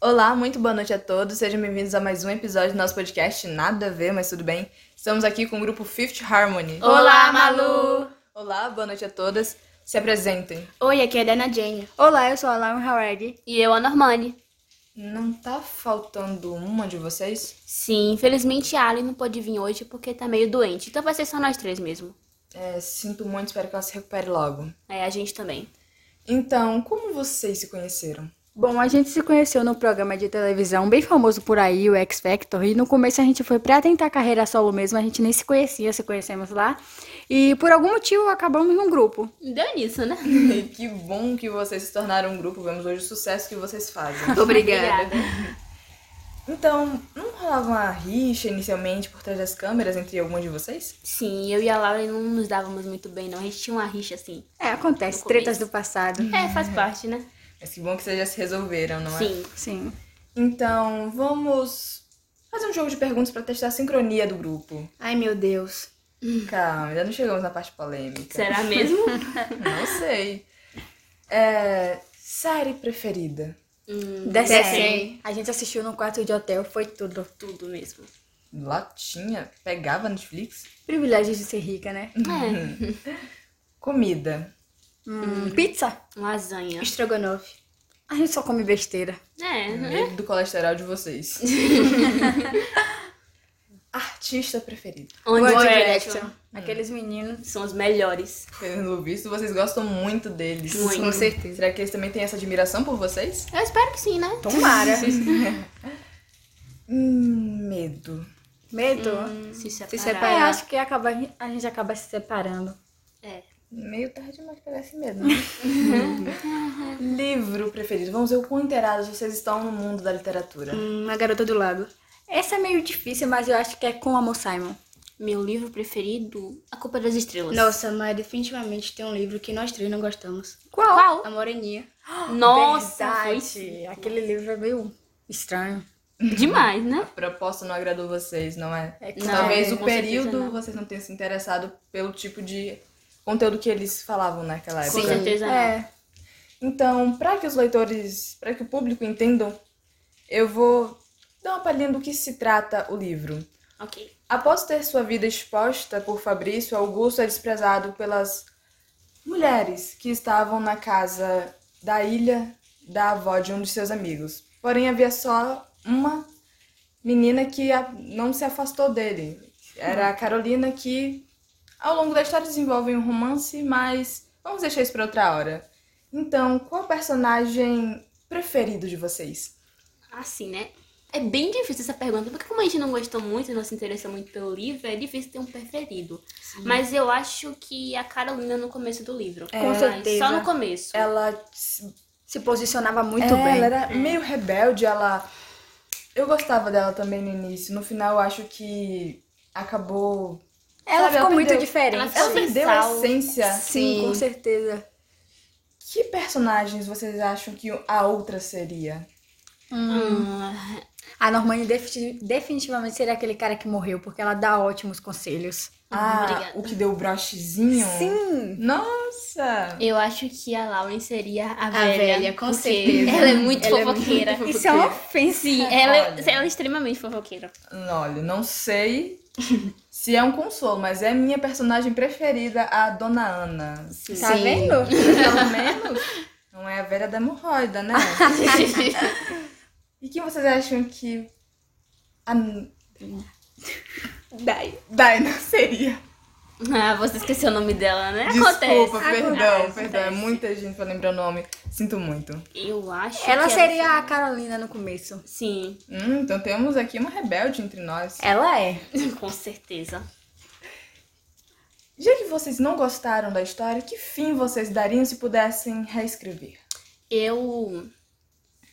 Olá, muito boa noite a todos. Sejam bem-vindos a mais um episódio do nosso podcast Nada a Ver, mas tudo bem. Estamos aqui com o grupo Fifth Harmony. Olá, Malu! Olá, boa noite a todas. Se apresentem. Oi, aqui é a Dana Jane. Olá, eu sou a Lauren Howard. E eu, a Normani. Não tá faltando uma de vocês? Sim, infelizmente a Ali não pôde vir hoje porque tá meio doente. Então vai ser só nós três mesmo. É, sinto muito, espero que ela se recupere logo. É, a gente também. Então, como vocês se conheceram? Bom, a gente se conheceu num programa de televisão bem famoso por aí, o X Factor, e no começo a gente foi pra tentar carreira solo mesmo, a gente nem se conhecia, se conhecemos lá. E por algum motivo acabamos num grupo. Deu nisso, né? que bom que vocês se tornaram um grupo, vemos hoje o sucesso que vocês fazem. Obrigada. Então, não rolava uma rixa inicialmente por trás das câmeras entre alguma de vocês? Sim, eu e a Laura não nos dávamos muito bem, não. A gente tinha uma rixa assim. É, acontece, No começo. tretas do passado. É, faz parte, né? Mas que bom que vocês já se resolveram, não é? Sim. Sim. Então, vamos fazer um jogo de perguntas pra testar a sincronia do grupo. Ai, meu Deus. Calma, ainda não chegamos na parte polêmica. Será mesmo? Não sei. É, série preferida? Descem. A gente assistiu num quarto de hotel, foi tudo. Tudo mesmo. Latinha? Pegava Netflix? Privilégio de ser rica, né? É. Comida? Hum, Pizza. É, Lasanha. Estrogonofe. A gente só come besteira. É, né? Medo do colesterol de vocês. Artista preferido? One Aqueles meninos. São os melhores. Pelo visto, vocês gostam muito deles. Muito. Com certeza. Será que eles também têm essa admiração por vocês? Eu espero que sim, né? Tomara. Hum, medo. Medo. Se separar. Se separar. É, acho que acaba, a gente acaba se separando. É. Meio tarde demais pra esse medo. né? Livro preferido? Vamos ver o quão inteirados vocês estão no mundo da literatura. Hum, a garota do lago. Essa é meio difícil, mas eu acho que é com a Mo Simon. Meu livro preferido, A Culpa das Estrelas. Nossa, mas definitivamente tem um livro que nós três não gostamos. Qual? A Moreninha. Nossa, Verdade. Aquele livro é meio estranho. foi demais, né? A proposta não agradou vocês, não é? É Não, Talvez o com certeza período não. vocês não tenham se interessado pelo tipo de conteúdo que eles falavam naquela Com época. certeza não. É. Então, para que os leitores, para que o público entendam, eu vou dar uma palhinha do que se trata o livro. Ok. Após ter sua vida exposta por Fabrício, Augusto é desprezado pelas mulheres que estavam na casa da ilha da avó de um de seus amigos. Porém, havia só uma menina que a- não se afastou dele. Era a Carolina, que ao longo da história desenvolve um romance, mas vamos deixar isso para outra hora. Então, qual personagem preferido de vocês? Assim, né? É bem difícil essa pergunta, porque como a gente não gostou muito, não se interessa muito pelo livro, é difícil ter um preferido. Mas eu acho que a Carolina no começo do livro. Com É, Mas certeza. Só no começo. Ela se Se posicionava muito É, bem. Ela era meio rebelde, ela. Eu gostava dela também no início. No final, eu acho que acabou. Ela Sabe, ficou muito perdeu- diferente. Ela assim. perdeu a Sal. essência. Sim, com certeza. Que personagens vocês acham que a outra seria? Hum, A Normani defi- definitivamente seria aquele cara que morreu, porque ela dá ótimos conselhos. Ah, obrigada. o que deu o brochezinho? Sim. Nossa! eu acho que a Lauren seria a velha. velha, com porque certeza. Ela é muito Ela é muito fofoqueira. Isso é uma ofensa. Sim, ela, é- Olha. ela é extremamente fofoqueira. Olha, não sei se é um consolo, mas é a minha personagem preferida, a Dona Ana. Sim. Tá Sim. vendo? Pelo menos não é a velha da hemorroida, né? E que vocês acham que a Daí. Daina seria? Ah, você esqueceu o nome dela, né? Desculpa, Acontece. perdão, Acontece. perdão. É muita gente pra lembrar o nome. Sinto muito. Eu acho Ela que seria a Carolina no começo. Sim, Hum, então temos aqui uma rebelde entre nós. Ela é. com certeza. Já que vocês não gostaram da história, que fim vocês dariam se pudessem reescrever? Eu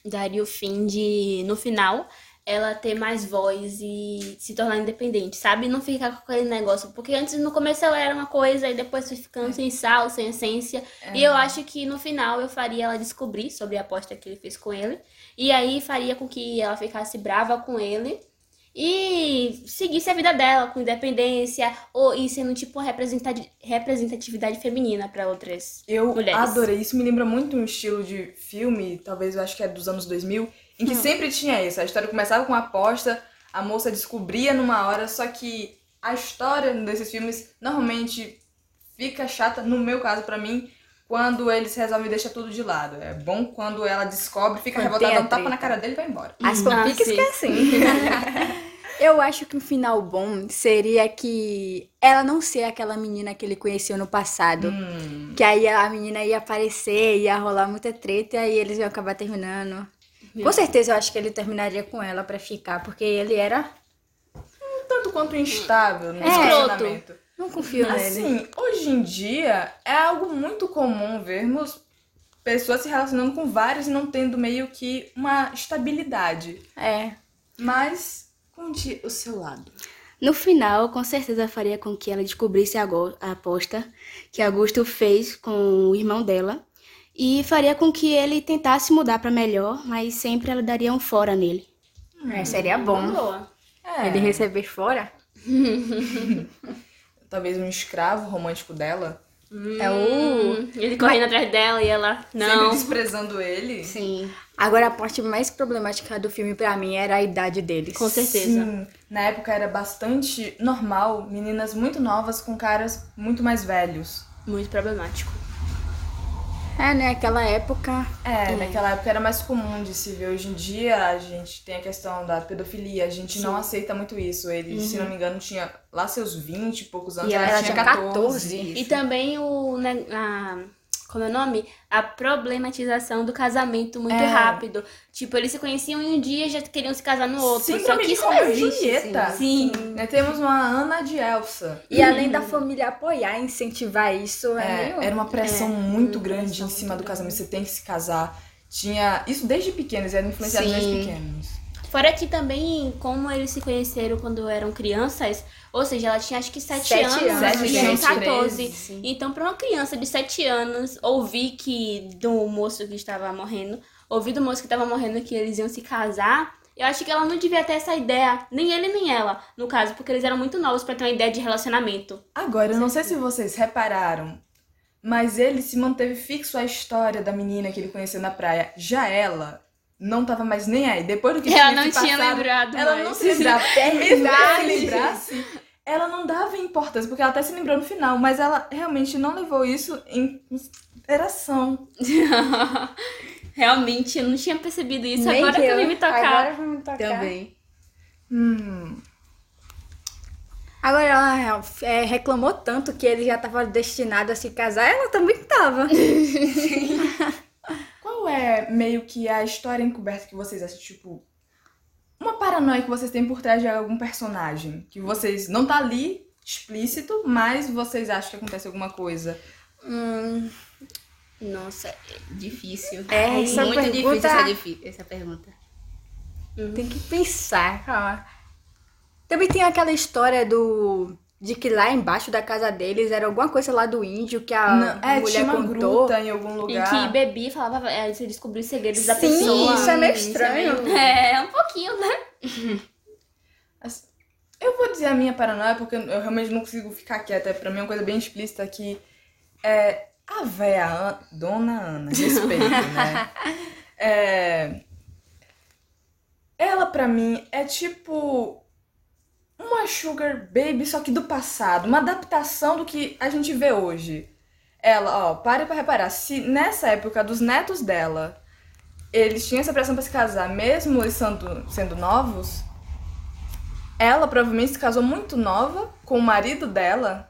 daria o fim de, no final, ela ter mais voz e se tornar independente, sabe? Não ficar com aquele negócio. Porque antes, no começo, ela era uma coisa e depois foi ficando sem sal, sem essência. E eu acho que no final eu faria ela descobrir sobre a aposta que ele fez com ele. E aí faria com que ela ficasse brava com ele. e seguisse a vida dela com independência ou e sendo tipo uma representati- representatividade feminina para outras Eu mulheres. adorei. Isso me lembra muito um estilo de filme, talvez eu acho que é dos anos 2000, em Hum. que sempre tinha isso. A história começava com uma aposta, a moça descobria numa hora, só que a história desses filmes normalmente fica chata, no meu caso, pra mim, quando eles resolvem deixar tudo de lado. É bom quando ela descobre, fica Quando revoltada, tem a dá um tapa na treta. cara dele e vai embora. As Hum, fanfics ah, que é assim. Eu acho que um final bom seria que ela não ser aquela menina que ele conheceu no passado. Hum. Que aí a menina ia aparecer, ia rolar muita treta e aí eles iam acabar terminando. Com certeza eu acho que ele terminaria com ela pra ficar, porque ele era. Tanto quanto instável no É. relacionamento. Não confio nele. Assim, hoje em dia é algo muito comum vermos pessoas se relacionando com vários e não tendo meio que uma estabilidade. É. Mas conte o seu lado. No final, com certeza faria com que ela descobrisse a, go- a aposta que Augusto fez com o irmão dela e faria com que ele tentasse mudar pra melhor, mas sempre ela daria um fora nele. É, seria Uma bom. boa. É, Ele receber fora? talvez um escravo romântico dela, É o. Hum, ele correndo atrás dela e ela sempre não. desprezando ele. Sim. Agora a parte mais problemática do filme pra mim era a idade deles. Com certeza. Sim, na época era bastante normal meninas muito novas com caras muito mais velhos. Muito problemático. É, né? Aquela época. É, naquela época era mais comum de se ver. Hoje em dia a gente tem a questão da pedofilia, a gente não aceita muito isso. Ele, se não me engano, tinha lá seus 20 e poucos anos, E ela tinha 14. E também o. né, a- como é o nome? A problematização do casamento muito É. rápido. Tipo, eles se conheciam em um dia e já queriam se casar no outro. Só Síndrome que de isso não Romeu e existe. Julieta. Sim. Né, temos uma Ana de Elsa. E além da família apoiar, incentivar isso, é, É, meio- era uma pressão muito grande pressão em cima muito do casamento, você tem que se casar. Tinha isso desde pequenos, era influenciado Sim. desde pequenos. Fora que também, como eles se conheceram quando eram crianças, ou seja, ela tinha acho que 7 Sete anos, anos, Sete, ele tinha gente, 14. sim. Então, pra uma criança de 7 anos, ouvir que do moço que estava morrendo, ouvir do moço que estava morrendo que eles iam se casar, eu acho que ela não devia ter essa ideia, nem ele nem ela, no caso, porque eles eram muito novos pra ter uma ideia de relacionamento. Agora, eu não sei se vocês repararam, mas ele se manteve fixo à história da menina que ele conheceu na praia. Já ela não tava mais nem aí. Depois do que ela tinha não se tinha passado, lembrado Ela mais. não se lembrava. Mesmo que se lembrasse, ela não dava importância, porque ela até se lembrou no final, mas ela realmente não levou isso em consideração. Realmente, eu não tinha percebido isso. Nem agora que eu vim me tocar. Agora eu vim me tocar. Também. Hum. Agora ela é, reclamou tanto que ele já tava destinado a se casar, ela também tava. Qual é meio que a história encoberta que vocês acham, tipo, uma paranoia que vocês têm por trás de algum personagem? Que vocês não tá ali explícito, mas vocês acham que acontece alguma coisa. Nossa, é Difícil. É, essa Muito pergunta- Uhum. difícil essa, difi- essa pergunta. Tem que pensar, calma. Também tem aquela história do de que lá embaixo da casa deles era alguma coisa lá do índio que a Não, é, mulher tinha uma contou. gruta em algum Em lugar. que bebia e falava, é, você descobriu os segredos da Sim, pessoa. isso é meio Isso é estranho. meio- É, um pouquinho, né? Assim, Eu vou dizer a minha paranoia porque eu realmente não consigo ficar quieta. Pra mim é uma coisa bem explícita que é a véia, An- Dona Ana, respeito, né? É, ela pra mim é tipo uma sugar baby, só que do passado, uma adaptação do que a gente vê hoje. Ela, ó, pare pra reparar, se nessa época dos netos dela, eles tinham essa pressão pra se casar, mesmo eles sendo, sendo novos, ela provavelmente se casou muito nova com o marido dela,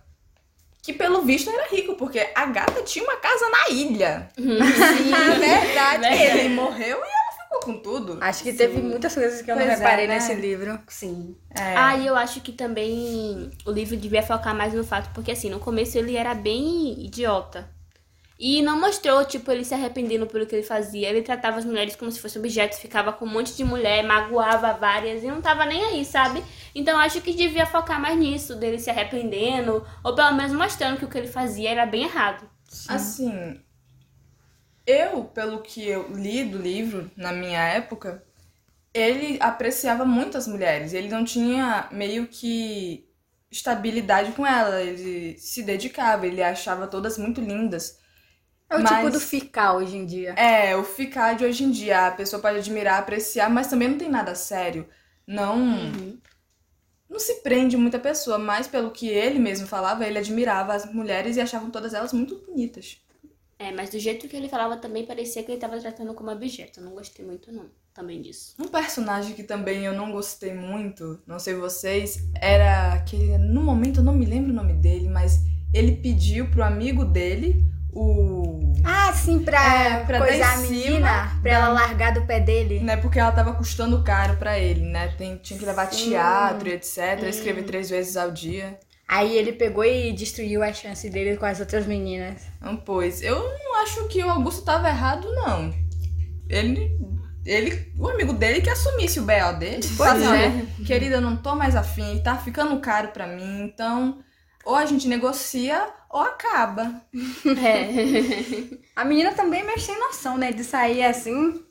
que pelo visto era rico, porque a gata tinha uma casa na ilha. Na verdade. Ele morreu e ela ficou com tudo. Acho que teve muitas coisas que eu não Pois é, reparei né? nesse livro. Sim. É. Ah, e eu acho que também o livro devia focar mais no fato, porque assim, no começo ele era bem idiota. E não mostrou, tipo, ele se arrependendo pelo que ele fazia. Ele tratava as mulheres como se fossem objetos, ficava com um monte de mulher, magoava várias e não tava nem aí, sabe? Então eu acho que devia focar mais nisso, dele se arrependendo, ou pelo menos mostrando que o que ele fazia era bem errado. Assim, eu, pelo que eu li do livro na minha época, ele apreciava muito as mulheres. Ele não tinha meio que estabilidade com ela. Ele se dedicava, ele achava todas muito lindas. É o tipo Mas- do ficar hoje em dia. É, o ficar de hoje em dia. A pessoa pode admirar, apreciar, mas também não tem nada sério. Não. Uhum. Não se prende muita pessoa, mas pelo que ele mesmo falava, ele admirava as mulheres e achavam todas elas muito bonitas. É, mas do jeito que ele falava também parecia que ele tava tratando como objeto. Eu não gostei muito, não, também disso. Um personagem que também eu não gostei muito, não sei vocês, era aquele. No momento eu não me lembro o nome dele, mas ele pediu pro amigo dele, o. Ah, sim, pra, É, pra dar coisar a em cima menina, pra da- ela largar do pé dele. Né, porque ela tava custando caro pra ele, né? Tem, tinha que levar Sim. teatro e etc. Escrever três vezes ao dia. Aí ele pegou e destruiu a chance dele com as outras meninas. Então, pois, eu não acho que o Augusto tava errado, não. Ele. Ele, o amigo dele que assumisse o B.O. dele. Pois é. Querida, eu não tô mais afim, tá ficando caro pra mim, então ou a gente negocia ou acaba. É. A menina também meio sem noção, né? De sair assim.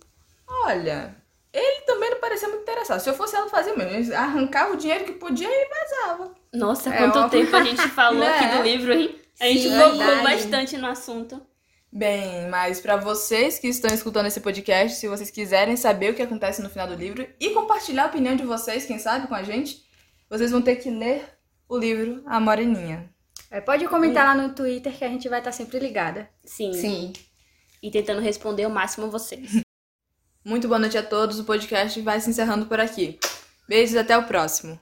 Olha, ele também não parecia muito interessado. Se eu fosse ela fazer mesmo, arrancava o dinheiro que podia e vazava. Nossa, É quanto óbvio. tempo a gente falou Né? aqui do livro, hein? A gente Sim, focou verdade. bastante no assunto. Bem, mas pra vocês que estão escutando esse podcast, se vocês quiserem saber o que acontece no final do livro e compartilhar a opinião de vocês, quem sabe, com a gente, vocês vão ter que ler o livro A Moreninha. É, pode comentar lá no Twitter que a gente vai estar sempre ligada. Sim. E tentando responder o máximo vocês. Muito boa noite a todos, o podcast vai se encerrando por aqui. Beijos, até o próximo.